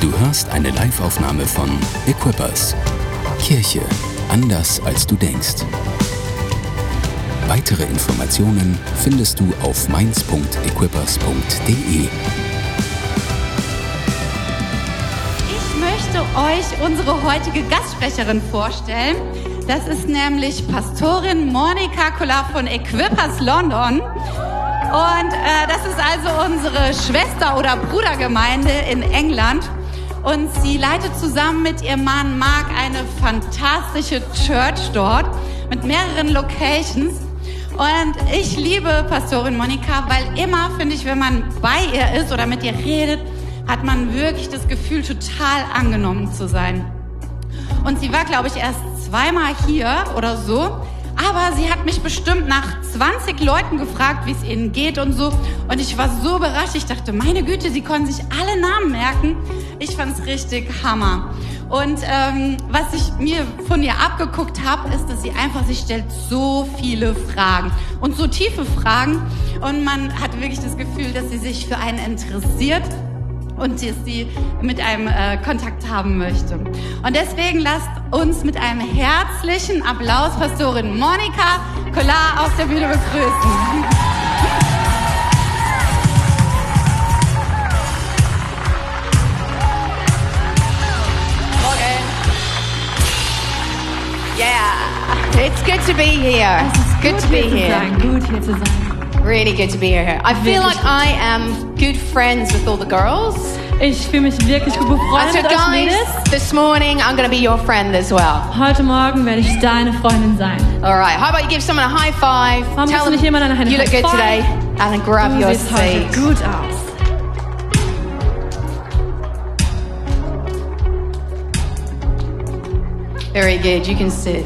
Du hörst eine Liveaufnahme von Equippers. Kirche anders als du denkst. Weitere Informationen findest du auf mainz.equippers.de. Ich möchte euch unsere heutige Gastsprecherin vorstellen. Das ist nämlich Pastorin Monika Kolar von Equippers London. Und äh, das ist also unsere Schwester- oder Brudergemeinde in England. Und sie leitet zusammen mit ihrem Mann Mark eine fantastische Church dort mit mehreren Locations. Und ich liebe Pastorin Monika, weil immer, finde ich, wenn man bei ihr ist oder mit ihr redet, hat man wirklich das Gefühl, total angenommen zu sein. Und sie war, glaube ich, erst zweimal hier oder so. Aber sie hat mich bestimmt nach 20 Leuten gefragt, wie es ihnen geht und so. Und ich war so überrascht. Ich dachte, meine Güte, sie konnten sich alle Namen merken. Ich fand's richtig Hammer. Und ähm, was ich mir von ihr abgeguckt habe, ist, dass sie einfach, sie stellt so viele Fragen und so tiefe Fragen. Und man hat wirklich das Gefühl, dass sie sich für einen interessiert und dass sie mit einem äh, Kontakt haben möchte. Und deswegen lasst uns mit einem herzlichen Applaus Pastorin Monika Collar auf der Bühne begrüßen. Yeah, it's good to be here. It's good to be here. Gut hier zu sein. Really good to be here. I feel like I am good friends with all the girls. Ich fühle mich wirklich gut Also, befreundet mit euch guys, Mädels. this morning I'm going to be your friend as well. Heute Morgen werde ich deine Freundin sein. All right. How about you give someone a high five? Warum gibst du nicht jemandem eine you look good High today, Five? and grab Du your siehst heute seat. gut aus. Very good. You can sit.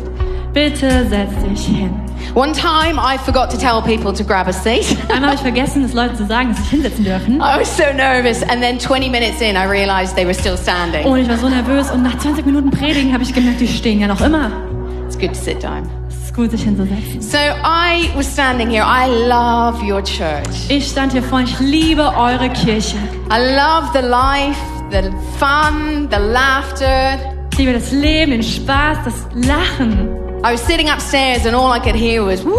Bitte setz dich hin. One time I forgot to tell people to grab a seat. Einmal habe ich vergessen, das Leuten zu sagen, dass sie sich hinsetzen dürfen. I was so nervous, and then 20 minutes in, I realized they were still standing. Und Oh, ich war so nervös und nach 20 Minuten Predigen habe ich gemerkt, die stehen ja noch immer. It's good to sit down. Es ist gut, sich hinzusetzen. So I was standing here. I love your church. Ich stand hier vorne, ich liebe eure Kirche. I love the life, the fun, the laughter. Ich liebe das Leben, den Spaß, das Lachen. I was sitting upstairs and all I could hear was woo!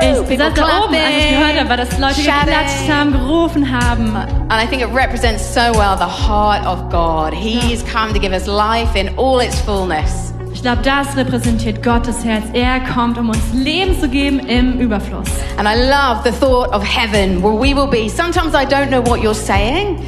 Ich People saß da oben, als ich gehört habe, dass Leute shouting. geklatscht haben, gerufen haben. And I think it represents so well the heart of God. He is come to give us life in all its fullness. Ich glaube, das repräsentiert Gottes Herz. Er kommt, um uns Leben zu geben im Überfluss. And I love the thought of heaven where we will be. Sometimes I don't know what you're saying,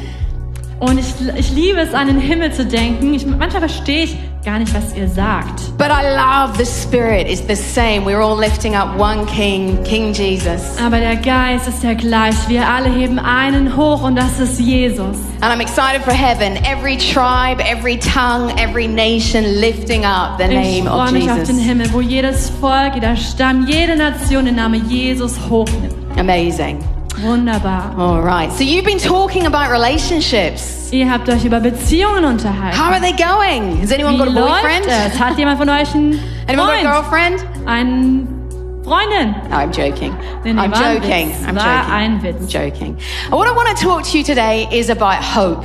Und ich, ich liebe es, an den Himmel zu denken. Ich, manchmal verstehe ich gar nicht, was ihr sagt. but I love the spirit is the same. We're all lifting up one King, King Jesus. Aber der Geist ist der gleich. Wir alle heben einen hoch und das ist Jesus. And I'm excited for heaven. Every tribe, every tongue, every nation lifting up the Ich name of freue mich auf den Jesus. Himmel, wo jedes Volk, jeder Stamm, jede Nation den Namen Jesus hochnimmt. Amazing. Wunderbar. All right. So you've been talking about relationships. Ihr habt euch über Beziehungen unterhalten. How are they going? Has anyone Wie got a läuft es? boyfriend? Hat jemand von euch einen Anyone got a Freund? girlfriend? Einen Freundin? No, I'm joking. Nee, nee, I'm war ein joking. Witz. I'm war joking. ein I'm Witz. joking. And what I want to talk to you today is about hope.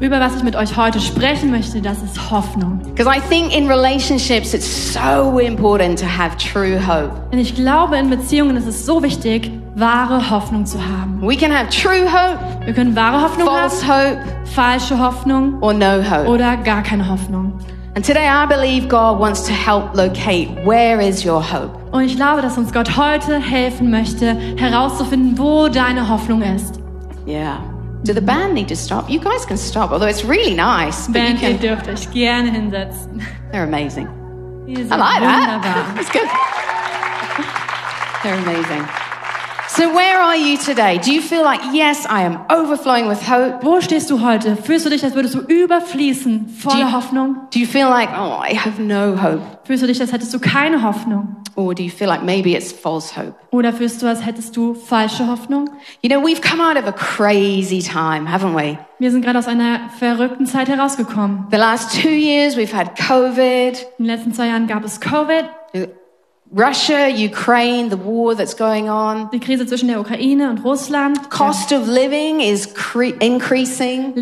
Über was ich mit euch heute sprechen möchte, das ist Hoffnung. Because I think in relationships, it's so important to have true hope. Denn ich glaube, in Beziehungen ist es so wichtig, wahre Hoffnung zu haben. We can have true hope, Wir können wahre Hoffnung false haben, hope, falsche Hoffnung or no hope. oder gar keine Hoffnung. And today I believe God wants to help locate where is your hope? Und ich glaube, dass uns Gott heute helfen möchte, herauszufinden, wo deine Hoffnung ist. Yeah. Do the band need to stop? You guys can stop, although it's really nice. But you Band, ihr can, dürft euch gerne hinsetzen. they're amazing. Ihr seid I like wunderbar. that. it's good. They're amazing. So where are you today? Do you feel like, yes, I am overflowing with hope? Wo stehst du heute? Fühlst du dich, als würdest du überfließen, voller Die- Hoffnung? Do you feel like, oh, I have no hope? Fühlst du dich, als hättest du keine Hoffnung? Or do you feel like maybe it's false hope? Oder fühlst du, als hättest du falsche Hoffnung? You know, we've come out of a crazy time, haven't we? Wir sind gerade aus einer verrückten Zeit herausgekommen. The last two years, we've had COVID. In den letzten zwei Jahren gab es Covid, Russia, Ukraine, the war that's going on. Die Krise zwischen der Ukraine und Russland. Cost of living is cre- increasing.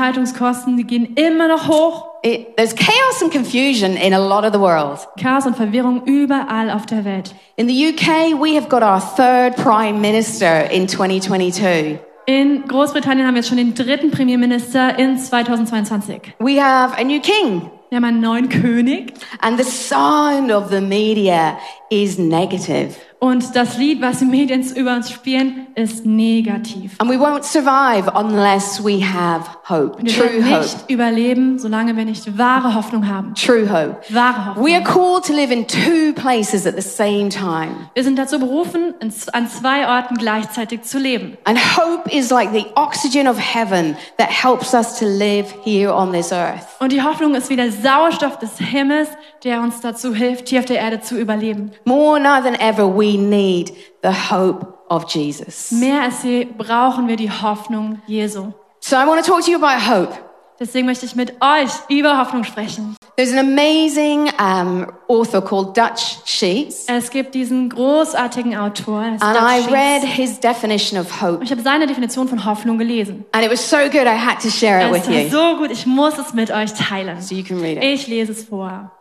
Lebenserhaltungskosten, die gehen immer noch hoch. It, there's chaos and confusion in a lot of the world. Chaos und Verwirrung überall auf der Welt. In the UK, we have got our third Prime Minister in 2022. In Großbritannien haben wir jetzt schon den dritten Premierminister in 2022. We have a new king, Wir haben einen neuen König. and the sound of the media is negative. Und das Lied, was die Medien über uns spielen, ist negativ. And we won't survive unless we have hope. Wir True werden hope. nicht überleben, solange wir nicht wahre Hoffnung haben. True hope. Wahre Hoffnung. We are called to live in two places at the same time. Wir sind dazu berufen, in z- an zwei Orten gleichzeitig zu leben. And hope is like the oxygen of heaven that helps us to live here on this earth. Und die Hoffnung ist wie der Sauerstoff des Himmels, der uns dazu hilft, hier auf der Erde zu überleben. More now than ever, we need the hope of Jesus. Mehr als je brauchen wir die Hoffnung Jesu. So I want to talk to you about hope. Deswegen möchte ich mit euch über Hoffnung sprechen. There's an amazing um, author called Dutch Sheets, Es gibt diesen großartigen Autor. er ist and Doug I Sheets. read his definition of hope, Und ich habe seine Definition von Hoffnung gelesen. and it was so good I had to share it with Es war you. so gut, ich muss es mit euch teilen. So you can read it. Ich lese es vor.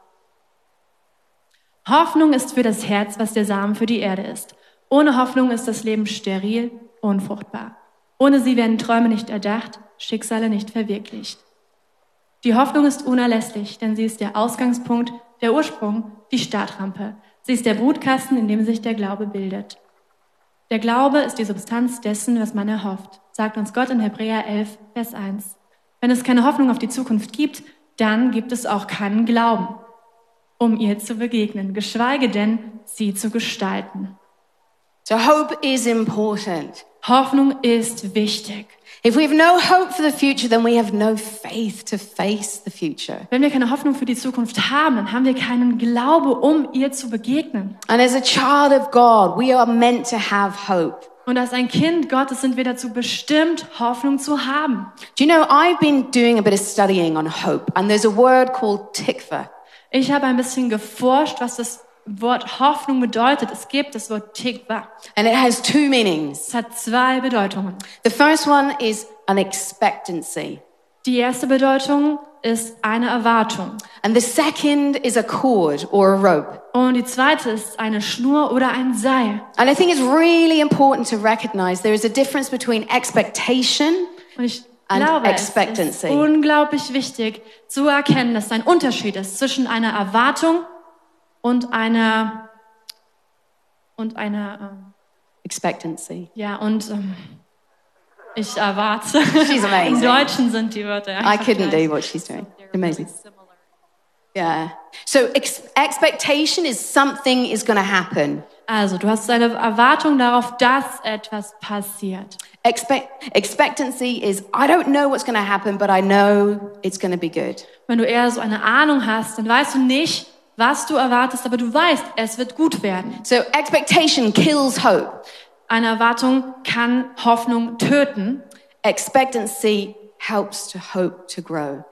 Hoffnung ist für das Herz, was der Samen für die Erde ist. Ohne Hoffnung ist das Leben steril, unfruchtbar. Ohne sie werden Träume nicht erdacht, Schicksale nicht verwirklicht. Die Hoffnung ist unerlässlich, denn sie ist der Ausgangspunkt, der Ursprung, die Startrampe. Sie ist der Brutkasten, in dem sich der Glaube bildet. Der Glaube ist die Substanz dessen, was man erhofft, sagt uns Gott in Hebräer 11, Vers 1. Wenn es keine Hoffnung auf die Zukunft gibt, dann gibt es auch keinen Glauben, um ihr zu begegnen, geschweige denn, sie zu gestalten. So hope is important. Hoffnung ist wichtig. If we have no hope for the future, then we have no faith to face the future. Wenn wir keine Hoffnung für die Zukunft haben, dann haben wir keinen Glaube, um ihr zu begegnen. And as a child of God, we are meant to have hope. Und als ein Kind Gottes sind wir dazu bestimmt, Hoffnung zu haben. Do you know, I've been doing a bit of studying on hope, and there's a word called tikva. Ich habe ein bisschen geforscht, was das Wort Hoffnung bedeutet. Es gibt das Wort Tikva. And it has two meanings. Es hat zwei Bedeutungen. The first one is an expectancy. Die erste Bedeutung ist eine Erwartung. And the second is a cord or a rope. Und die zweite ist eine Schnur oder ein Seil. And I think it's really important to recognize there is a difference between expectation Und ich And glaube, es expectancy. ist unglaublich wichtig zu erkennen, dass da ein Unterschied ist zwischen einer Erwartung und einer und einer ähm, expectancy. ja und ähm, ich erwarte. She's amazing. Im Deutschen sind die Wörter. I einfach couldn't gleich. do what she's doing. They're Amazing. really similar. Yeah. So ex- expectation is something is going to happen. Also, du hast eine Erwartung darauf, dass etwas passiert. Expect- expectancy is I don't know what's going to happen, but I know it's going to be good. Wenn du eher so eine Ahnung hast, dann weißt du nicht, was du erwartest, aber du weißt, es wird gut werden. So expectation kills hope. Eine Erwartung kann Hoffnung töten. Expectancy helps to hope to grow.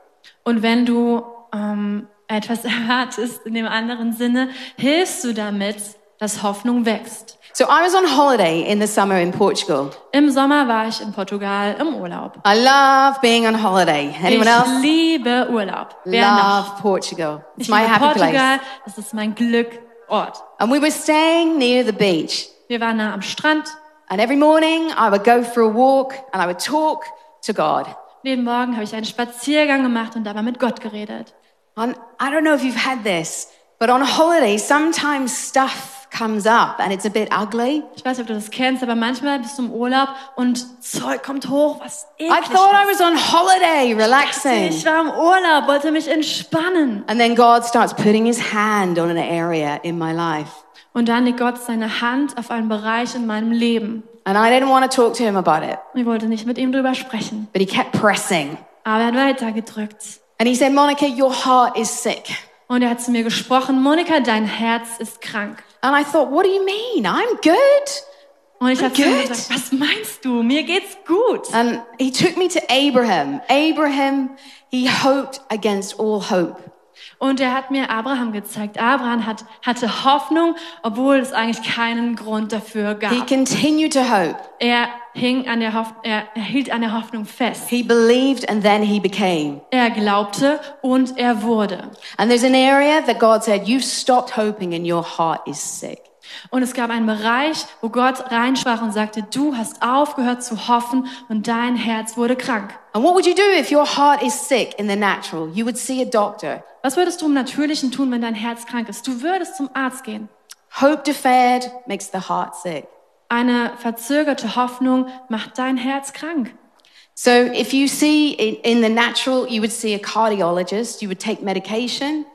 Und wenn du ähm, etwas erwartest in dem anderen Sinne, hilfst du damit, dass Hoffnung wächst. So I was on holiday in the summer in Portugal. Im Sommer war ich in Portugal im Urlaub. I love being on holiday. Anyone ich else? liebe Urlaub. Wer noch? Love Portugal. It's Ich my liebe happy Portugal. place. Das ist mein Glückort. And we were staying near the beach. Wir waren nah am Strand. And every morning I would go for a walk and I would talk to God. Jeden Morgen habe ich einen Spaziergang gemacht und dabei mit Gott geredet. And I don't know if you've had this, but on holiday sometimes stuff comes up and it's a bit ugly. Ich weiß nicht, ob du das kennst, aber manchmal bist du im Urlaub und Zeug kommt hoch, was I eklig thought I ist. was on holiday, relaxing. Ich war im Urlaub, wollte mich entspannen. And then God starts putting his hand on an area in my life. Und dann legt Gott seine Hand auf einen Bereich in meinem Leben. And I didn't want to talk to him about it, Und ich wollte nicht mit ihm drüber sprechen. but he kept pressing. Aber er hat weitergedrückt. And he said, Monica, your heart is sick. Und er hat zu mir gesprochen, Monika, dein Herz ist krank. And I thought, what do you mean? I'm good. Und ich habe zu ihm Gut. gesagt, was meinst du? Mir geht's gut. And he took me to Abraham. Abraham, he hoped against all hope. Und er hat mir Abraham gezeigt. Abraham hat, hatte Hoffnung, obwohl es eigentlich keinen Grund dafür He gab. continued to hope. Er hing an der Hoff er er hielt an der Hoffnung fest. He believed and then he became. Er glaubte und er wurde. And there's an area that God said, You've stopped hoping and your heart is sick. Und es gab einen Bereich, wo Gott reinsprach und sagte, du hast aufgehört zu hoffen und dein Herz wurde krank. And what would you do if your heart is sick in the natural? You would see a doctor. Was würdest du im Natürlichen tun, wenn dein Herz krank ist? Du würdest zum Arzt gehen. Hope deferred makes the heart sick. Eine verzögerte Hoffnung macht dein Herz krank. So if you see in, in the natural, you would see a cardiologist, you would take medication,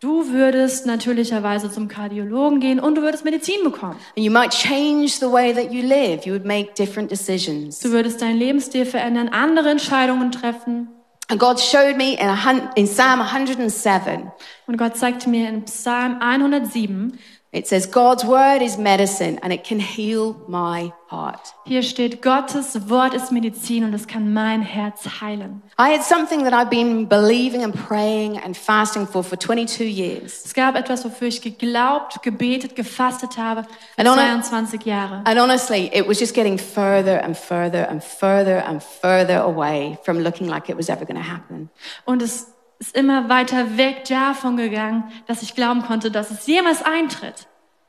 Du würdest natürlicherweise zum Kardiologen gehen und du würdest Medizin bekommen. and you might change the way that you live. You would make different decisions. Du würdest deinen Lebensstil verändern, andere Entscheidungen treffen. And God showed me in, a hun- in Psalm 107, Und Gott zeigte mir in Psalm 107, it says, God's word is medicine and it can heal my heart. hier steht, Gottes Wort ist Medizin und es kann mein Herz heilen. I had something that I've been believing and praying and fasting for for 22 years. Es gab etwas, wofür ich geglaubt, gebetet, gefastet habe, And on a- 22 Jahre. And honestly, it was just getting further and further and further and further away from looking like it was ever going to happen. Und es ist immer weiter weg davon gegangen, dass ich glauben konnte, dass es jemals eintritt.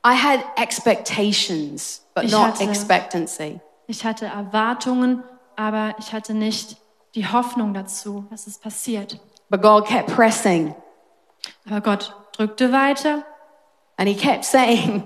I had expectations, but Ich not hatte- expectancy. Ich hatte Erwartungen, aber ich hatte nicht die Hoffnung dazu, dass es passiert. But God kept pressing Aber Gott drückte weiter and He kept saying,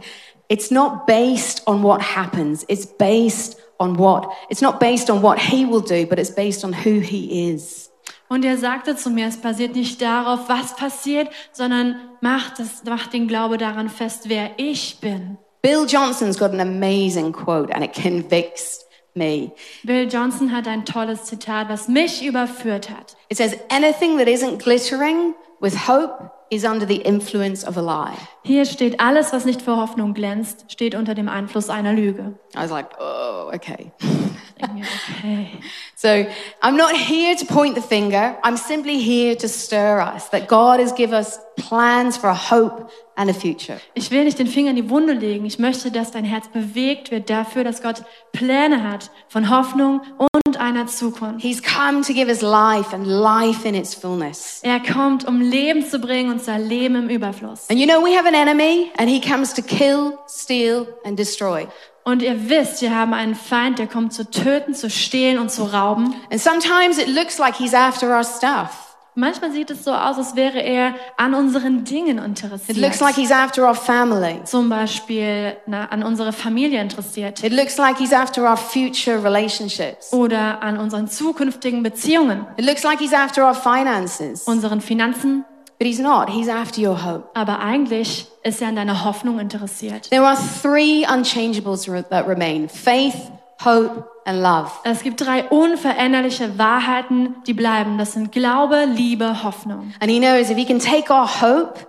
it's not based on what happens. It's based on what, it's not based on what He will do, but it's based on who He is. und er sagte zu mir, es basiert nicht darauf, was passiert, sondern macht, es, macht den Glaube daran fest, wer ich bin. Bill Johnson's got an amazing quote and it convicts me. Bill Johnson hat ein tolles Zitat, was mich überführt hat. It says, anything that isn't glittering with hope is under the influence of a lie. Hier steht, alles, was nicht vor Hoffnung glänzt, steht unter dem Einfluss einer Lüge. I was like, oh, okay. Irgendwie, Okay. So I'm not here to point the finger. I'm simply here to stir us that God has given us plans for a hope and a future. Ich will nicht den Finger in die Wunde legen. Ich möchte, dass dein Herz bewegt wird dafür, dass Gott Pläne hat von Hoffnung und einer Zukunft. He's come to give us life and life in its fullness. Er kommt, um Leben zu bringen und zwar Leben im Überfluss. And you know, we have an enemy and he comes to kill, steal, and destroy. Und ihr wisst, wir haben einen Feind, der kommt zu töten, zu stehlen und zu rauben. And sometimes it looks like he's after our stuff. Manchmal sieht es so aus, als wäre er an unseren Dingen It looks like interessiert. he's after our family. Zum Beispiel na, an unsere Familie interessiert. It looks like he's after our future relationships. oder an unseren zukünftigen Beziehungen, It looks like he's after our finances. unseren Finanzen, But he's not. He's after your hope. aber eigentlich ist er an deiner Hoffnung interessiert. There are three unchangeables re- that remain faith, hope, and love. Es gibt drei unveränderliche Wahrheiten, die bleiben. Das sind Glaube, Liebe, Hoffnung. And he knows if he can take our hope,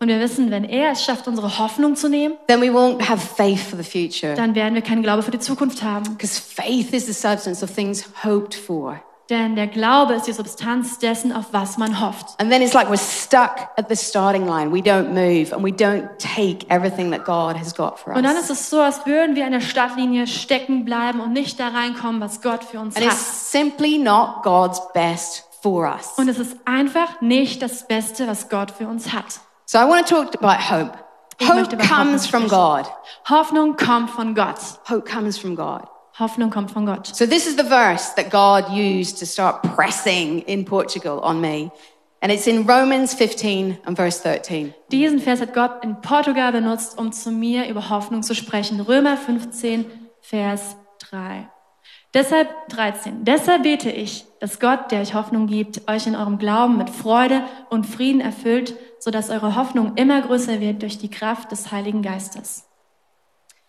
Und wir wissen, wenn er es schafft, unsere Hoffnung zu nehmen, then we won't have faith for the future. dann werden wir keinen Glaube für die Zukunft haben. Because faith is the substance of things hoped for. Denn der Glaube ist die Substanz dessen, auf was man hofft. And then it's like we're stuck at the starting line. We don't move and we don't take everything that God has got for Und dann us. ist es so, als würden wir an der Startlinie stecken bleiben und nicht da reinkommen, was Gott für uns And it's hat. simply not God's best for us. Und es ist einfach nicht das Beste, was Gott für uns hat. So I want to talk about hope. Ich möchte Hope über Hoffnung comes from sprechen. God. Hoffnung kommt von Gott. Hope comes from God. Hoffnung kommt von Gott. So this is the verse that God used to start pressing in Portugal on me. And it's in Romans 15 and verse 13. Diesen Vers hat Gott in Portugal benutzt, um zu mir über Hoffnung zu sprechen. Römer 15, Vers 3. Deshalb 13. Deshalb bete ich, dass Gott, der euch Hoffnung gibt, euch in eurem Glauben mit Freude und Frieden erfüllt, sodass eure Hoffnung immer größer wird durch die Kraft des Heiligen Geistes.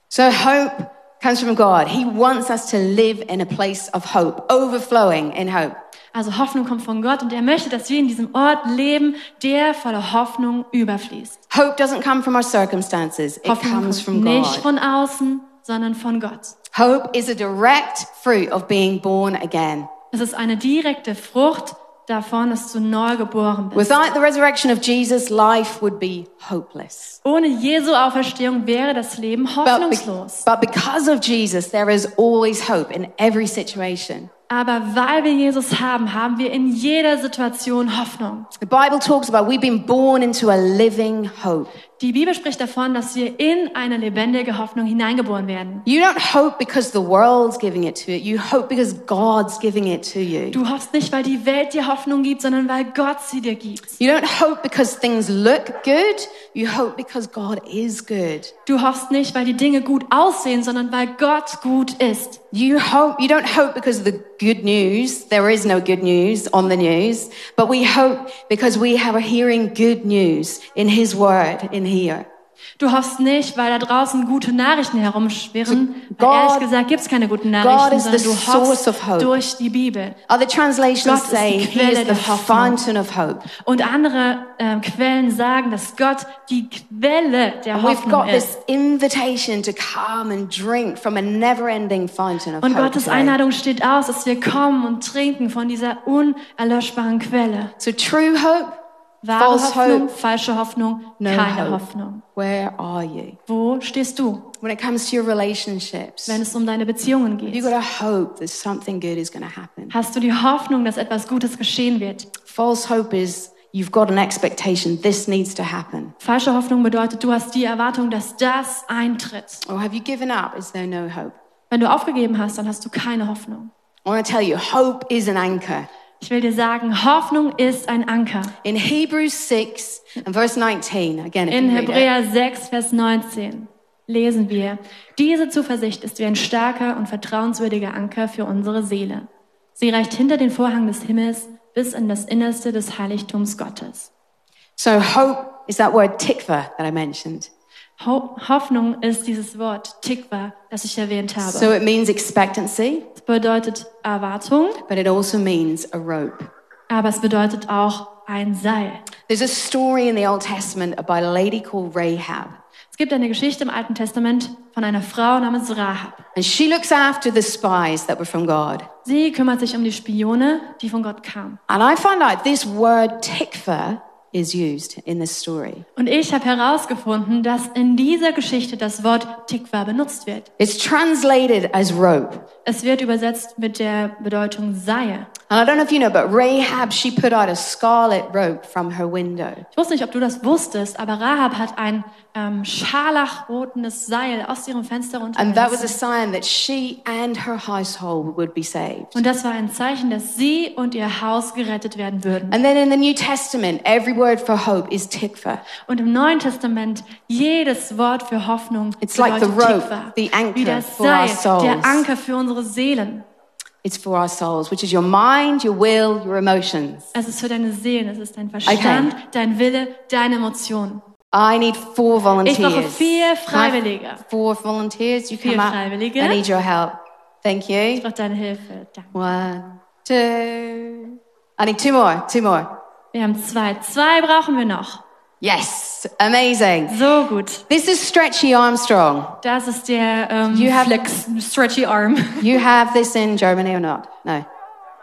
So hope comes from God. He wants us to live in a place of hope, overflowing in hope. Also Hoffnung kommt von Gott und er möchte, dass wir in diesem Ort leben, der voller Hoffnung überfließt. Hope doesn't come from our circumstances. It Hoffnung comes kommt from nicht God. von außen, sondern von Gott. Hope is a direct fruit of being born again. Es ist eine direkte Frucht davon, dass du neu geboren bist. Without the resurrection of Jesus, life would be hopeless. Ohne Jesu Auferstehung wäre das Leben But, be- hoffnungslos. but because of Jesus, there is always hope in every situation. Aber weil wir Jesus haben, haben wir in jeder Situation Hoffnung. The Bible talks about we've been born into a living hope. Die Bibel spricht davon, dass wir in eine lebendige Hoffnung hineingeboren werden. You don't hope because the world's giving it to you. You hope because God's giving it to you. Du hoffst nicht, weil die Welt dir Hoffnung gibt, sondern weil Gott sie dir gibt. You don't hope because things look good. You hope because God is good. Du hoffst nicht, weil die Dinge gut aussehen, sondern weil Gott gut ist. You hope you don't hope because of the good news. There is no good news on the news, but we hope because we have are hearing good news in his word in here. Du hoffst nicht, weil da draußen gute Nachrichten herumschwirren. So, weil ehrlich God- gesagt gibt's keine God guten Nachrichten, is the sondern du source of hope. hoffst durch die Bibel. Other translations Gott ist say die he Quelle is the der Hoffnung. fountain of hope. Und andere ähm, Quellen sagen, dass Gott die Quelle der We've Hoffnung got this ist. invitation to come and drink from a never-ending fountain of Und hope. Gottes today. Einladung steht aus, dass wir kommen und trinken von dieser unerlöschbaren Quelle. So true hope, Wahre false Hoffnung, hope, falsche Hoffnung, no keine hope. Hoffnung. Where are you? Wo stehst du, When it comes to your relationships, wenn es um deine Beziehungen you geht? got to hope that something good is going to happen. Hast du die Hoffnung, dass etwas Gutes geschehen wird? False hope is you've got an expectation, this needs to happen. Falsche Hoffnung bedeutet, du hast die Erwartung, dass das eintritt. Or have you given up? Is there no hope? Wenn du aufgegeben hast, dann hast du keine Hoffnung. I want to tell you, hope is an anchor. Ich will dir sagen, Hoffnung ist ein Anker. In Hebrews 6 and verse 19, again, if In you read it, Hebräer 6, Vers 19 lesen wir, diese Zuversicht ist wie ein starker und vertrauenswürdiger Anker für unsere Seele. Sie reicht hinter den Vorhang des Himmels bis in das Innerste des Heiligtums Gottes. So hope is that word tikva that I mentioned. Ho Hoffnung ist dieses Wort, Tikva, das ich erwähnt habe. So it means expectancy, es bedeutet Erwartung, but it also means a rope. aber es bedeutet auch ein Seil. There's a story in the Old Testament about a lady called Rahab. Es gibt eine Geschichte im Alten Testament von einer Frau namens Rahab. And she looks after the spies that were from God. Sie kümmert sich um die Spione, die von Gott kamen. And I found out this word tikva is used in this story. Und ich habe herausgefunden, dass in dieser Geschichte das Wort Tikva benutzt wird. It's translated as rope. Es wird übersetzt mit der Bedeutung Seil. And I don't know if you know, but Rahab, she put out a scarlet rope from her window. Ich wusste nicht, ob du das wusstest, aber Rahab hat ein ähm, scharlachrotenes Seil aus ihrem Fenster And that was a runtergelassen. sign that she and her household would be saved. Und das war ein Zeichen, dass sie und ihr Haus gerettet werden würden. And then in the New Testament, every word for hope is tikva. Und im Neuen Testament jedes Wort für Hoffnung It's like the bedeutet rope, Tikva. the anchor wie das for our Seil, souls. der Anker für unsere Seelen. It's for our souls, which is your mind, your will, your emotions. Es ist für deine Seelen, es ist dein Verstand, dein Wille, deine Emotionen. I need four volunteers. Ich brauche vier Can I have Freiwillige. Four volunteers, you Vier come up. Freiwillige. I need your help. Thank Ich you. brauche deine Hilfe. Danke. One, two. I need two more, two more. Wir haben zwei. Zwei brauchen wir noch. Yes, amazing. So gut. This is Stretchy Armstrong. Das ist der ähm, You have- Flex, stretchy arm. You have this in Germany or not? No.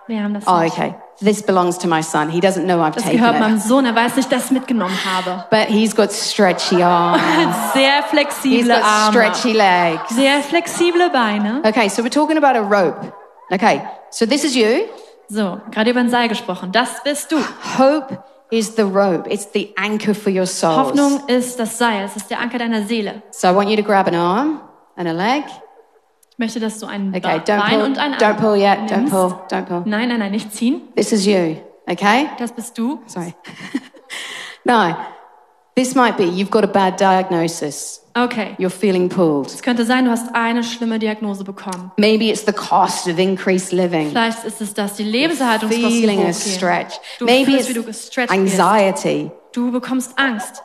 Wir haben das Oh, nicht. okay. This belongs to my son. He doesn't know I've Das taken gehört meinem it. Sohn. Er weiß nicht, dass ich das mitgenommen habe. But he's got stretchy arms. Sehr He's flexible got Arme. stretchy legs. Sehr flexible Beine. Okay, so we're talking about a rope. Okay, so this is you. So, gerade über ein Seil gesprochen. Das bist du. Hope is the rope. It's the anchor for your souls. Hoffnung ist das Seil. Es ist der Anker deiner Seele. So I want you to grab an arm and a leg. Ich möchte, dass du einen Okay, Ba- don't Bein pull. und einen Don't Arm pull yet. Don't nimmst. pull. Don't pull. Nein, nein, nein, nicht ziehen. This is you. Okay? Das bist du. Sorry. now, this might be you've got a bad diagnosis. Okay. You're feeling pulled. Es könnte sein, du hast eine schlimme Diagnose bekommen. Maybe it's the cost of increased living. Vielleicht ist es das, die Lebenserhaltungskosten Feeling a hochgehen. stretch. Du Maybe fühlst, wie du it's gestretched anxiety. Du bekommst Angst.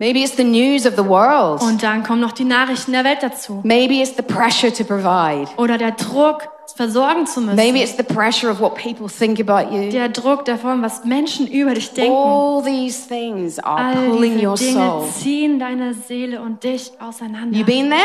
Maybe it's the news of the world. Und dann kommen noch die Nachrichten der Welt dazu. Maybe it's the pressure to provide. Oder der Druck, versorgen zu müssen. Maybe it's the pressure of what people think about you. Der Druck davon, was Menschen über dich denken. All these things are All pulling diese your Dinge soul. ziehen deine Seele und dich auseinander. You been there?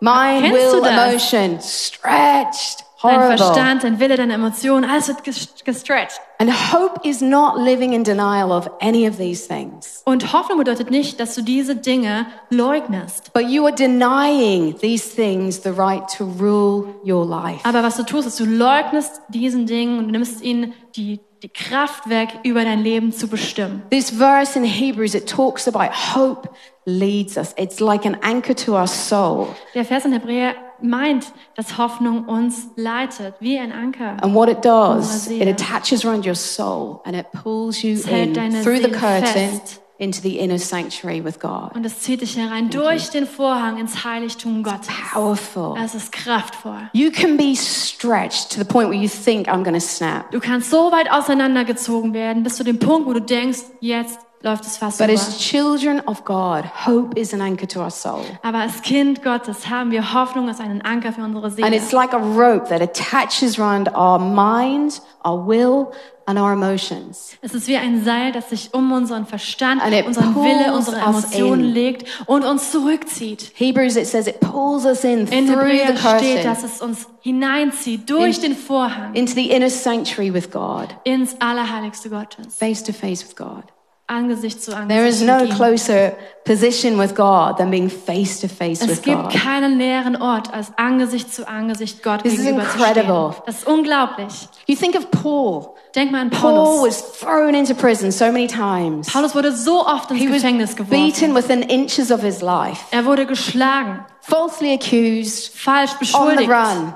Mind, Kennst du will, das? emotion stretched. Dein horrible. Verstand, dein Wille, deine Emotionen, alles wird ges- gestretched. And hope is not living in denial of any of these things. Und Hoffnung bedeutet nicht, dass du diese Dinge leugnest. But you are denying these things the right to rule your life. Aber was du tust, ist, du leugnest diesen Dingen und nimmst ihnen die, die Kraft weg, über dein Leben zu bestimmen. This verse in Hebrews, it talks about hope leads us. It's like an anchor to our soul. Der Vers in Hebräer meint, dass Hoffnung uns leitet, wie ein Anker. And what it does, Unsere it Seele. attaches around your soul and it pulls you Es hält in deine through the Seele curtain fest. into the inner sanctuary with God. Und es zieht dich herein durch den Vorhang ins Heiligtum Gottes. Powerful. Es ist kraftvoll. You can be stretched to the point where you think, I'm going to snap. Du kannst so weit auseinandergezogen werden, bis zu dem Punkt, wo du denkst, jetzt läuft es fast But über. as children of God, hope is an anchor to our soul. Aber als Kind Gottes haben wir Hoffnung als einen Anker für unsere And Seele. it's like a rope that attaches around our mind, our will, and our emotions. Es ist wie ein Seil, das sich um unseren Verstand, And it unseren pulls Wille, unsere us Emotionen in. legt und uns zurückzieht. Hebrews, it says it pulls us in, In through Hebräer the steht, dass curtain es uns hineinzieht durch In- den Vorhang into the inner sanctuary with God, ins Allerheiligste Gottes, face to face with God. Angesicht zu Angesicht. There is no mit ihm. closer position with God than being face to face Es with gibt God. keinen näheren Ort, als Angesicht zu Angesicht Gott This is gegenüber zu incredible. stehen. Das ist unglaublich. You think of Paul. Denk mal an Paul Paulus. was thrown into prison so many times. Paulus wurde so oft ins He was Gefängnis beaten geworfen. within inches of his life, Er wurde geschlagen, falsely accused, falsch on the beschuldigt. run.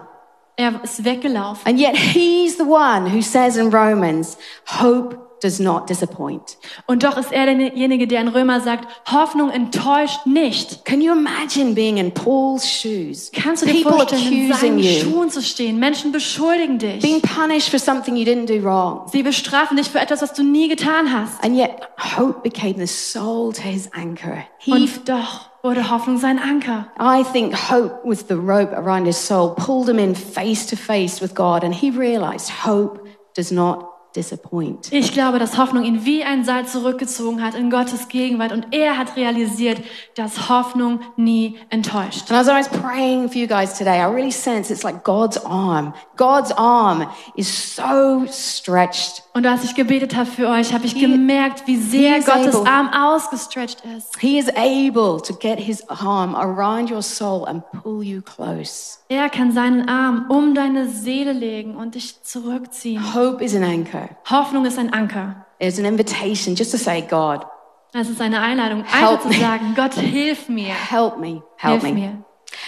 Er ist weggelaufen. And yet he's the one who says in Romans, hope does not disappoint. Und doch ist er derjenige, der in Römer sagt, Hoffnung enttäuscht nicht. Can you imagine being in Paul's shoes? Kannst du dir People vorstellen, in accusing seinen you, Schuhen zu stehen? Menschen beschuldigen being dich. punished for something you didn't do wrong. Sie bestrafen dich für etwas, was du nie getan hast. And yet hope became the soul to his anchor. He, Und doch wurde Hoffnung sein Anker. I think hope was the rope around his soul, pulled him in face to face with God. And he realized hope does not disappoint. Ich glaube, dass Hoffnung ihn wie ein Seil zurückgezogen hat in Gottes Gegenwart und er hat realisiert, dass Hoffnung nie enttäuscht. And as I was praying for you guys today, I really sense it's like God's arm. God's arm is so stretched. Und als ich gebetet habe für euch, habe ich gemerkt, wie He sehr is Gottes able. Arm ausgestretcht ist. He is able to get his arm around your soul and pull you close. Er kann seinen Arm um deine Seele legen und dich zurückziehen. Hope is an anchor. Hoffnung ist ein Anker. It's an invitation just to say, God, Es ist eine Einladung, Help einfach zu me. sagen, Gott, hilf mir. help me, help hilf me. mir.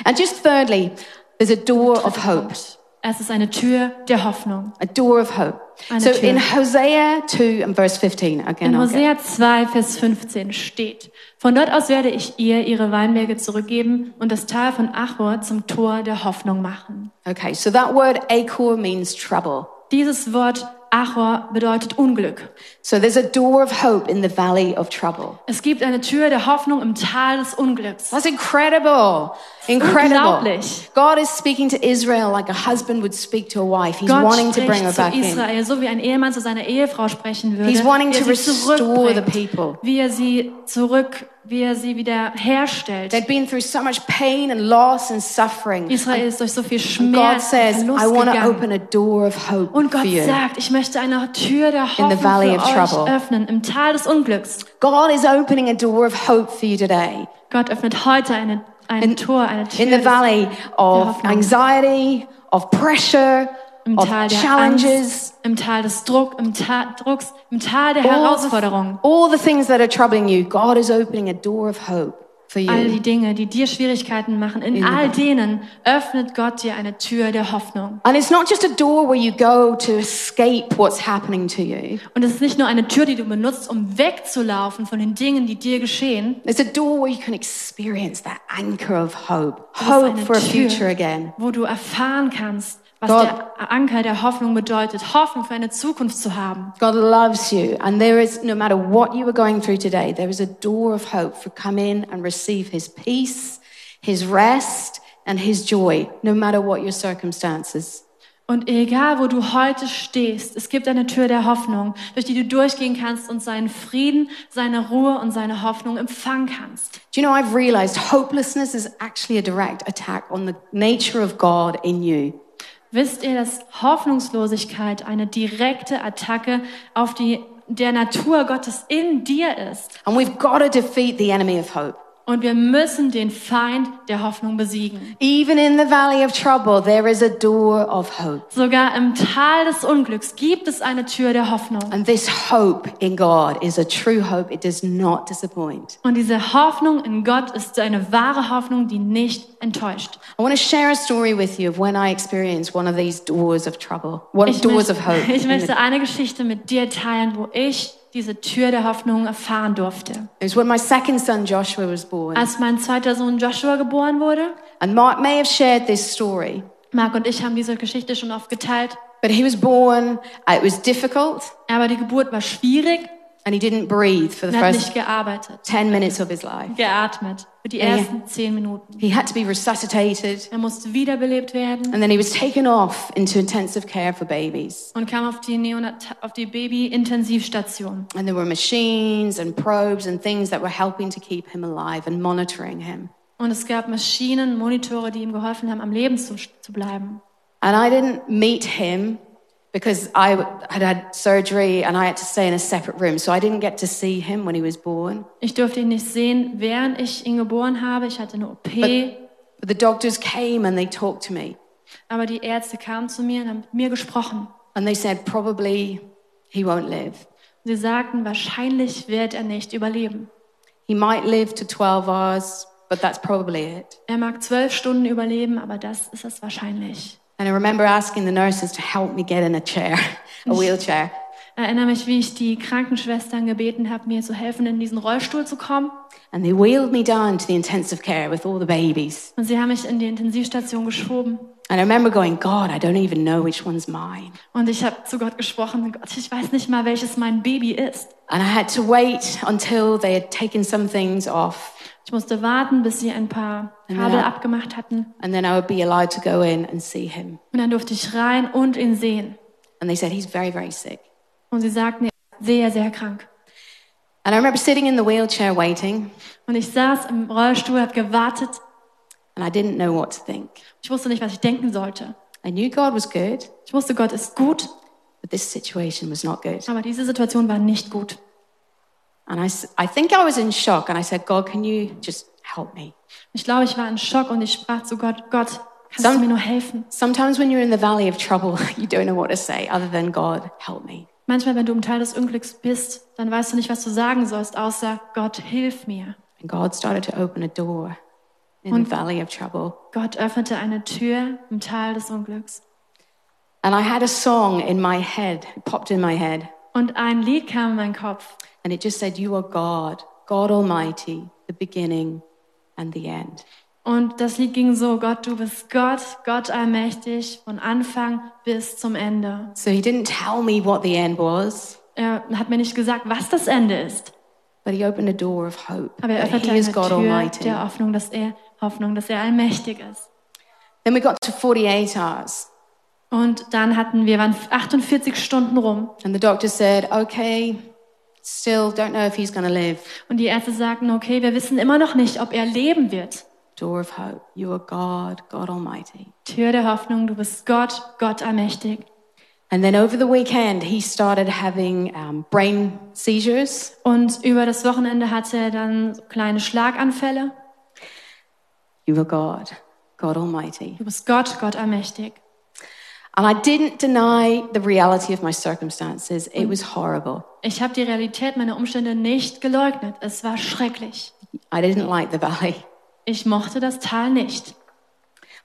And just thirdly, there's a door of hope. Es ist eine Tür der Hoffnung. A door of hope. Eine so Tür. in Hosea 2 and verse 15, again, In I'll get- Hosea 2, Vers 15 steht, von dort aus werde ich ihr ihre Weinberge zurückgeben und das Tal von Achor zum Tor der Hoffnung machen. okay, so that word acor means trouble. Dieses Wort Achor bedeutet Unglück. So there's a door of hope in the valley of trouble. Es gibt eine Tür der Hoffnung im Tal des Unglücks. That's incredible. Incredible. Unglaublich. God is speaking to Israel like a husband would speak to a wife. He's Gott wanting to bring her spricht zu back in. Israel, so wie ein Ehemann zu seiner Ehefrau sprechen würde. He's wanting wie er to sie restore zurückbringt, the people. Wie er sie zurück, wie er sie wieder herstellt. They'd been through so much pain and loss and suffering. Israel ist durch so viel And God Schmerz says, und I Verlust want to gegangen. open a door of hope und for Gott you. sagt, ich möchte eine Tür der the Hoffnung valley für of euch trouble. öffnen, im Tal des Unglücks. God is opening a door of hope for you today. Gott öffnet heute eine, ein In- Tor, eine Tür In the des- valley of Hoffnung. anxiety, of pressure, im of Tal der challenges, Oh, Angst, im Tal des Druck, im Tal, Drucks, im Tal der all Herausforderungen. the, all the things that are troubling you. God is opening a door of hope for All you. die Dinge, die dir Schwierigkeiten machen, in all denen öffnet Gott dir eine Tür der Hoffnung. And it's not just a door where you go to escape what's happening to you. Und es ist nicht nur eine Tür, die du benutzt, um wegzulaufen von den Dingen, die dir geschehen. It's a door where you can experience that anchor of hope, Es ist hope eine for a Tür, future again. Wo du erfahren kannst, was Gott- der Anker der Hoffnung bedeutet, Hoffnung für eine Zukunft zu haben. God loves you, and there is, no matter what you are going through today, there is a door of hope for come in and receive His peace, His rest, and His joy, no matter what your circumstances. Und egal, wo du heute stehst, es gibt eine Tür der Hoffnung, durch die du durchgehen kannst und seinen Frieden, seine Ruhe und seine Hoffnung empfangen kannst. Do you know, I've realized hopelessness is actually a direct attack on the nature of God in you. wisst ihr, dass Hoffnungslosigkeit eine direkte Attacke auf die der Natur Gottes in dir ist. And we've got to defeat the enemy of hope. Und wir müssen den Feind der Hoffnung besiegen. Even in the valley of trouble, there is a door of hope. Sogar im Tal des Unglücks gibt es eine Tür der Hoffnung. And this hope in God is a true hope. It does not disappoint. Und diese Hoffnung in Gott ist eine wahre Hoffnung, die nicht enttäuscht. I want to share a story with you of when I experienced one of these doors of trouble, one Ich doors möchte, of hope. ich möchte eine Geschichte mit dir teilen, wo ich diese Tür der Hoffnung erfahren durfte. It was when my second son Joshua was born. Als mein zweiter Sohn Joshua geboren wurde, And Mark may have shared this story, Marc und ich haben diese Geschichte schon oft geteilt, but he was born, uh, it was difficult, aber die Geburt war schwierig and he didn't breathe for the und er hat nicht first gearbeitet, 10 minutes of his life. geatmet für die Ja. ersten zehn Minuten. He had to be resuscitated, Er musste wiederbelebt werden and then he was taken off into intensive care for babies. und kam auf die, Neonat auf die Baby-Intensivstation. And there were machines and probes and things that were helping to keep him alive and monitoring him. Und es gab Maschinen, Monitore, die ihm geholfen haben, am Leben zu, zu bleiben. And I didn't meet him because I w- had had surgery and I had to stay in a separate room. So I didn't get to see him when he was born. Ich durfte ihn nicht sehen, während ich ihn geboren habe. Ich hatte eine OP, But the doctors came and they talked to me. aber die Ärzte kamen zu mir und haben mit mir gesprochen. And they said, probably he won't live. Sie sagten, wahrscheinlich wird er nicht überleben. He might live to 12 hours, but that's probably it. Er mag zwölf Stunden überleben, aber das ist es wahrscheinlich. And I remember asking the nurses to help me get in a chair, a wheelchair. Ich erinnere mich, wie ich die Krankenschwestern gebeten habe, mir zu helfen, in diesen Rollstuhl zu kommen. And they wheeled me down to the intensive care with all the babies. Und sie haben mich in die Intensivstation geschoben. And I remember going, God, I don't even know which one's mine. Und ich habe zu Gott gesprochen, Gott, ich weiß nicht mal, welches mein Baby ist. And I had to wait until they had taken some things off, Ich musste warten, bis sie ein paar Kabel Ja. abgemacht hatten. and then I would be allowed to go in and see him. Und dann durfte ich rein und ihn sehen. And they said, He's very, very sick. Und sie sagten, er ist sehr, sehr krank. And I remember sitting in the wheelchair waiting, Und ich saß im Rollstuhl, habe gewartet. and I didn't know what to think. Ich wusste nicht, was ich denken sollte. I knew God was good, Ich wusste, Gott ist gut, but this situation was not good. aber diese Situation war nicht gut. And I, s- I think I was in shock, and I said, God, can you just help me? Ich glaube, ich war in Schock und ich sprach zu Gott, Gott, kannst Some- du mir nur helfen? Sometimes when you're in the valley of trouble, you don't know what to say other than, God, help me. Manchmal, wenn du im Teil des Unglücks bist, dann weißt du nicht, was du sagen sollst, außer Gott, hilf mir. And God started to open a door in the valley of trouble. Gott öffnete eine Tür im Tal des Unglücks. And I had a song in my head, it popped in my head, Und ein Lied kam in meinen Kopf. and it just said, You are God, God Almighty, the beginning and the end. Und das Lied ging so, Gott, du bist Gott, Gott allmächtig, von Anfang bis zum Ende. So he didn't tell me what the end was, Er hat mir nicht gesagt, was das Ende ist, but he opened a door of hope. aber er that öffnete he is eine God Tür Almighty. der Hoffnung, dass er, Hoffnung, dass er allmächtig ist. Then we got to 48 hours, Und dann hatten wir, waren 48 Stunden rum and the doctor said, Okay, still don't know if he's going to live. und die Ärzte sagten, okay, wir wissen immer noch nicht, ob er leben wird. Door of hope. You are God, God Almighty. Tür der Hoffnung, du bist Gott, Gott allmächtig. And then over the weekend, he started having um, brain seizures. Und über das Wochenende hatte er dann so kleine Schlaganfälle. You are God, God Almighty. Du bist Gott, Gott allmächtig. And I didn't deny the reality of my circumstances. It was horrible. Ich habe die Realität meiner Umstände nicht geleugnet. Es war schrecklich. I didn't like the valley, Ich mochte das Tal nicht.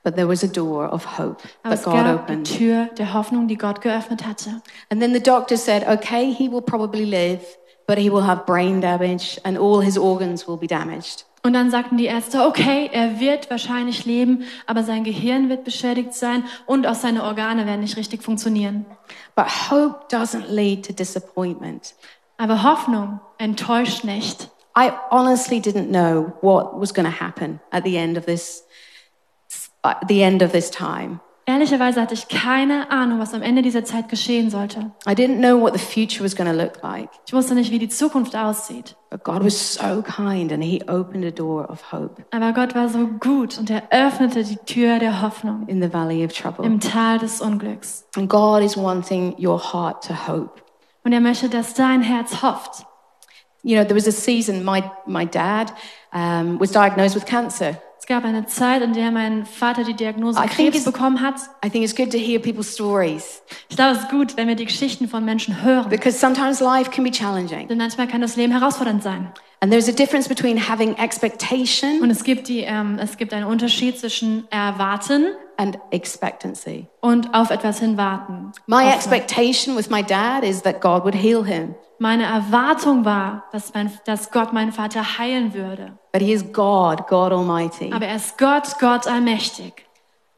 but there was a door of hope Aber that es God gab die opened. Tür der Hoffnung, die Gott geöffnet hatte. And then the doctor said, okay, he will probably live, but he will have brain damage and all his organs will be damaged. Und dann sagten die Ärzte, okay, er wird wahrscheinlich leben, aber sein Gehirn wird beschädigt sein und auch seine Organe werden nicht richtig funktionieren. But hope doesn't lead to disappointment. Aber Hoffnung enttäuscht nicht. I honestly didn't know what was going to happen at the end uh, of this, at the end of this time. Ehrlicherweise hatte ich keine Ahnung, was am Ende dieser Zeit geschehen sollte. I didn't know what the future was going to look like, Ich wusste nicht, wie die Zukunft aussieht. but God was so kind and He opened a door of hope Aber Gott war so gut und er öffnete die Tür der Hoffnung in the valley of trouble. im Tal des Unglücks. And God is wanting your heart to hope. Und er möchte, dass dein Herz hofft. You know, there was a season my, my dad um, was diagnosed with cancer. Es gab eine Zeit, in der mein Vater die Diagnose I think Krebs it's- bekommen hat. I think it's good to hear people's stories Ich glaube, es ist gut, wenn wir die Geschichten von Menschen hören. because sometimes life can be challenging. Denn manchmal kann das Leben herausfordernd sein. And there's a difference between having expectation Und es gibt, die, ähm, es gibt einen Unterschied zwischen erwarten and expectancy. und auf etwas hinwarten. My Hoffen. expectation with my dad is that God would heal him, Meine Erwartung war, dass, mein, dass Gott meinen Vater heilen würde. but he is God, God Almighty. Aber er ist Gott, Gott allmächtig.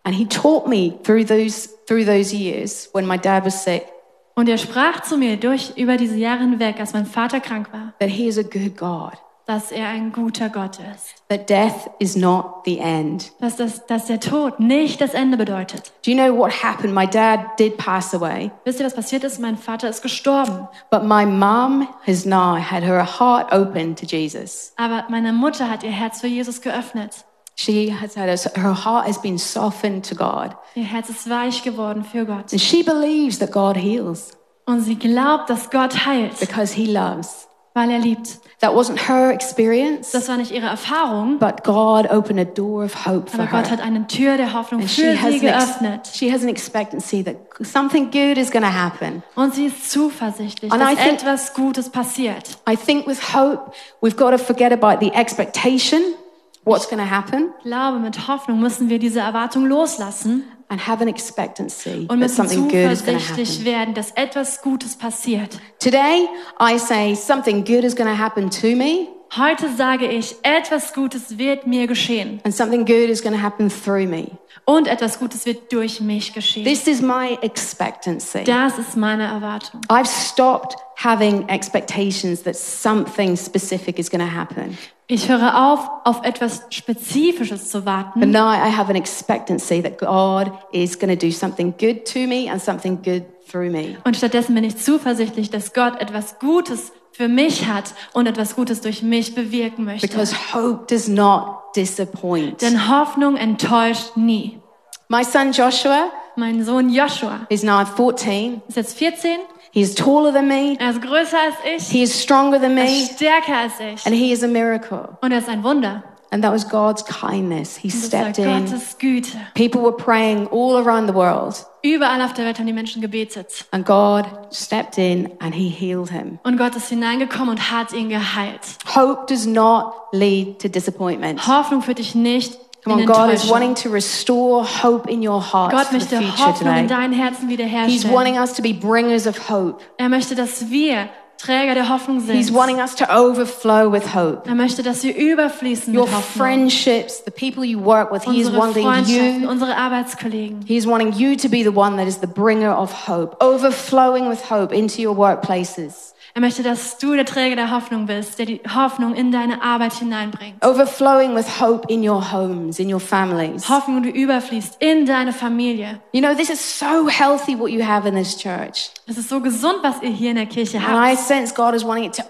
And he taught me through those, through those years when my dad was sick Und er sprach zu mir durch über diese Jahre hinweg, als mein Vater krank war, that he is a good God, dass er ein guter Gott ist. that death is not the end. Dass, das, dass der Tod nicht das Ende bedeutet. Do you know what happened? My dad did pass away, Wisst ihr, was passiert ist? Mein Vater ist gestorben. but my mum has now had her heart open to Jesus. Aber meine Mutter hat ihr Herz für Jesus geöffnet. She has had her, her heart has been softened to God, Ihr Herz ist weich geworden für Gott. and she believes that God heals Und sie glaubt, dass Gott heilt, because He loves. weil er liebt. That wasn't her experience, Das war nicht ihre Erfahrung, but God opened a door of hope for aber Gott her. hat eine Tür der Hoffnung And she für sie has, an geöffnet. ex- she has an expectancy that something good is going to happen. Und sie ist zuversichtlich, And I dass think- etwas Gutes passiert. I think with hope, we've got to forget about the expectation, what's going to happen, Ich glaube, mit Hoffnung müssen wir diese Erwartung loslassen and have an expectancy und that müssen something good is going to zuversichtlich happen. werden, dass etwas Gutes passiert. Today, I say something good is going to happen to me, Heute sage ich, etwas Gutes wird mir geschehen and something good is going to happen through me. und etwas Gutes wird durch mich geschehen. This is my expectancy. Das ist meine Erwartung. I've stopped having expectations that something specific is going to happen. Ich höre auf, auf etwas Spezifisches zu But warten, now I have an expectancy that God is going to do something good to me and something good through me. Und stattdessen bin ich zuversichtlich, dass Gott etwas Gutes für mich hat und etwas Gutes durch mich bewirken möchte. Because hope does not disappoint. Denn Hoffnung enttäuscht nie. My son Joshua Mein Sohn Joshua is now 14. ist jetzt 14, He's taller than me. er ist größer als ich, He is stronger than me. er ist stärker als ich And he is a miracle. und er ist ein Wunder. And that was God's kindness. He Das war stepped in. Gottes Güte. People were praying all around the world. Überall auf der Welt haben die Menschen gebetet And God stepped in and he healed him. und Gott ist hineingekommen und hat ihn geheilt. Hope does not lead to disappointment. Hoffnung führt dich nicht in Come on, God is Enttäuschung. wanting to restore hope in your heart Gott for the möchte future Hoffnung today. in deinen Herzen He's wiederherstellen. wanting us to be bringers of hope. Er möchte, dass wir Träger der Hoffnung He's sind. wanting us to overflow with hope. Er möchte, dass wir überfließen Your mit Hoffnung. friendships, the people you work with, He is Unsere wanting Freundschaften, you. unsere Arbeitskollegen. He's wanting you to be the one that is the bringer of hope, overflowing with hope into your workplaces, Er möchte, dass du der Träger der Hoffnung bist, der die Hoffnung in deine Arbeit hineinbringt. Oh. overflowing with hope in your homes, in your families. Hoffnung, die überfließt in deine Familie. You know, this is so healthy what you have in this church. Es ist so gesund, was ihr hier in der Kirche And I habt. sense God is wanting it to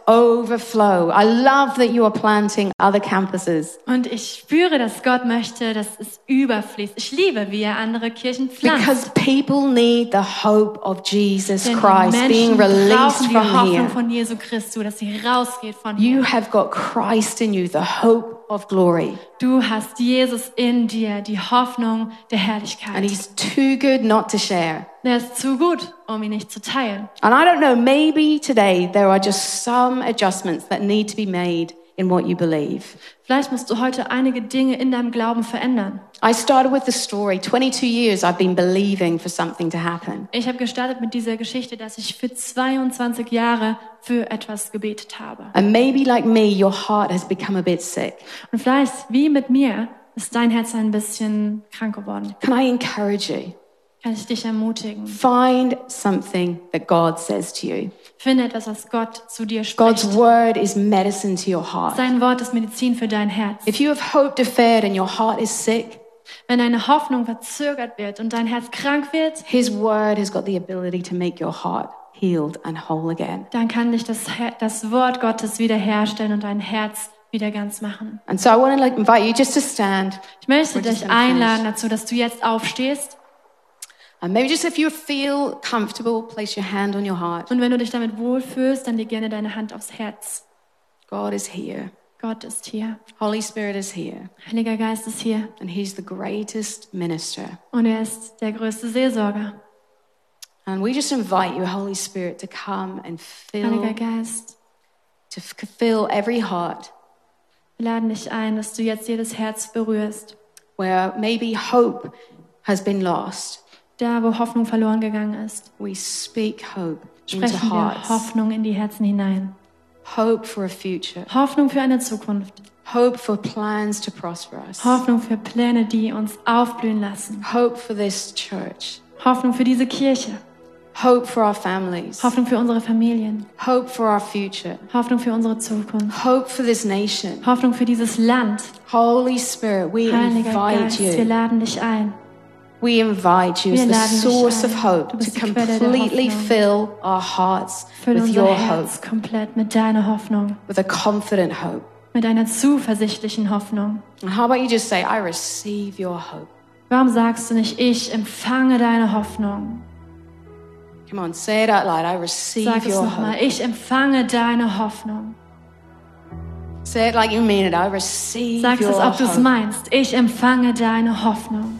overflow. I love that you are planting other campuses Und ich spüre, dass Gott möchte, dass es überfließt. Ich liebe, wie er andere Kirchen pflanzt. because people need the hope of Jesus Denn die Christ being Menschen released brauchen die from Hoffnung here. von Jesu Christus, dass sie rausgeht von You hier. have got Christ in you, the hope of glory. Du hast Jesus in dir, die Hoffnung der And Herrlichkeit. he's too good not to share. Er ist zu gut, um ihn nicht zu teilen. And I don't know, maybe today there are just some adjustments that need to be made in what you believe. Vielleicht musst du heute einige Dinge in deinem Glauben verändern. I started with the story 22 years I've been believing for something to happen. Ich habe gestartet mit dieser Geschichte, dass ich für 22 Jahre für etwas gebetet habe. And maybe, like me, your heart has become a bit sick. Und vielleicht, wie mit mir, ist dein Herz ein bisschen krank geworden. Can I encourage you? Kann ich dich ermutigen? Find something that God says to you. Finde etwas, was Gott zu dir God's spricht. word is medicine to your heart. Sein Wort ist Medizin für dein Herz. If you have hope deferred and your heart is sick, Wenn deine Hoffnung verzögert wird und dein Herz krank wird, His word has got the ability to make your heart healed and whole again. dann kann dich das, Her- das Wort Gottes wiederherstellen und dein Herz wieder ganz machen. And so I want to like invite you just to stand. Ich möchte We're just dich gonna finish. einladen dazu, dass du jetzt aufstehst And maybe just if you feel comfortable, place your hand on your heart. und wenn du dich damit wohlfühlst, dann leg gerne deine Hand aufs Herz. God is here. Gott ist hier. Holy Spirit is here. Heiliger Geist ist hier And He's the greatest minister. und er ist der größte Seelsorger. And we just invite you, Holy Spirit, to come and Heiliger fill, Geist, to f- fill every heart wir laden dich ein, dass du jetzt jedes Herz berührst. where maybe hope has been lost. Da, wo Hoffnung verloren gegangen ist, We speak hope into sprechen wir hearts. Hoffnung in die Herzen hinein. Hope for a future. Hoffnung für eine Zukunft. Hope for plans to prosper us. Hoffnung für Pläne, die uns aufblühen lassen. Hope for this church. Hoffnung für diese Kirche. Hope for our families. Hoffnung für unsere Familien. Hope for our future. Hoffnung für unsere Zukunft. Hope for this nation. Hoffnung für dieses Land. Holy Spirit, we Heiliger invite Geist, wir you. laden dich ein. We invite you as Wir the laden dich source ein. of hope to Du bist die Quelle der completely Hoffnung. fill our hearts Fülle with unser your hope, Herz komplett mit deiner Hoffnung. with a confident hope. Mit einer zuversichtlichen Hoffnung. And how about you just say, I receive your hope? Warum sagst du nicht, ich empfange deine Hoffnung? Come on, say it out loud. I receive Sag es your nochmal, hope. ich empfange deine Hoffnung. Say it like you mean it. I receive Sag es, your ob du es hope. meinst. Ich empfange deine Hoffnung.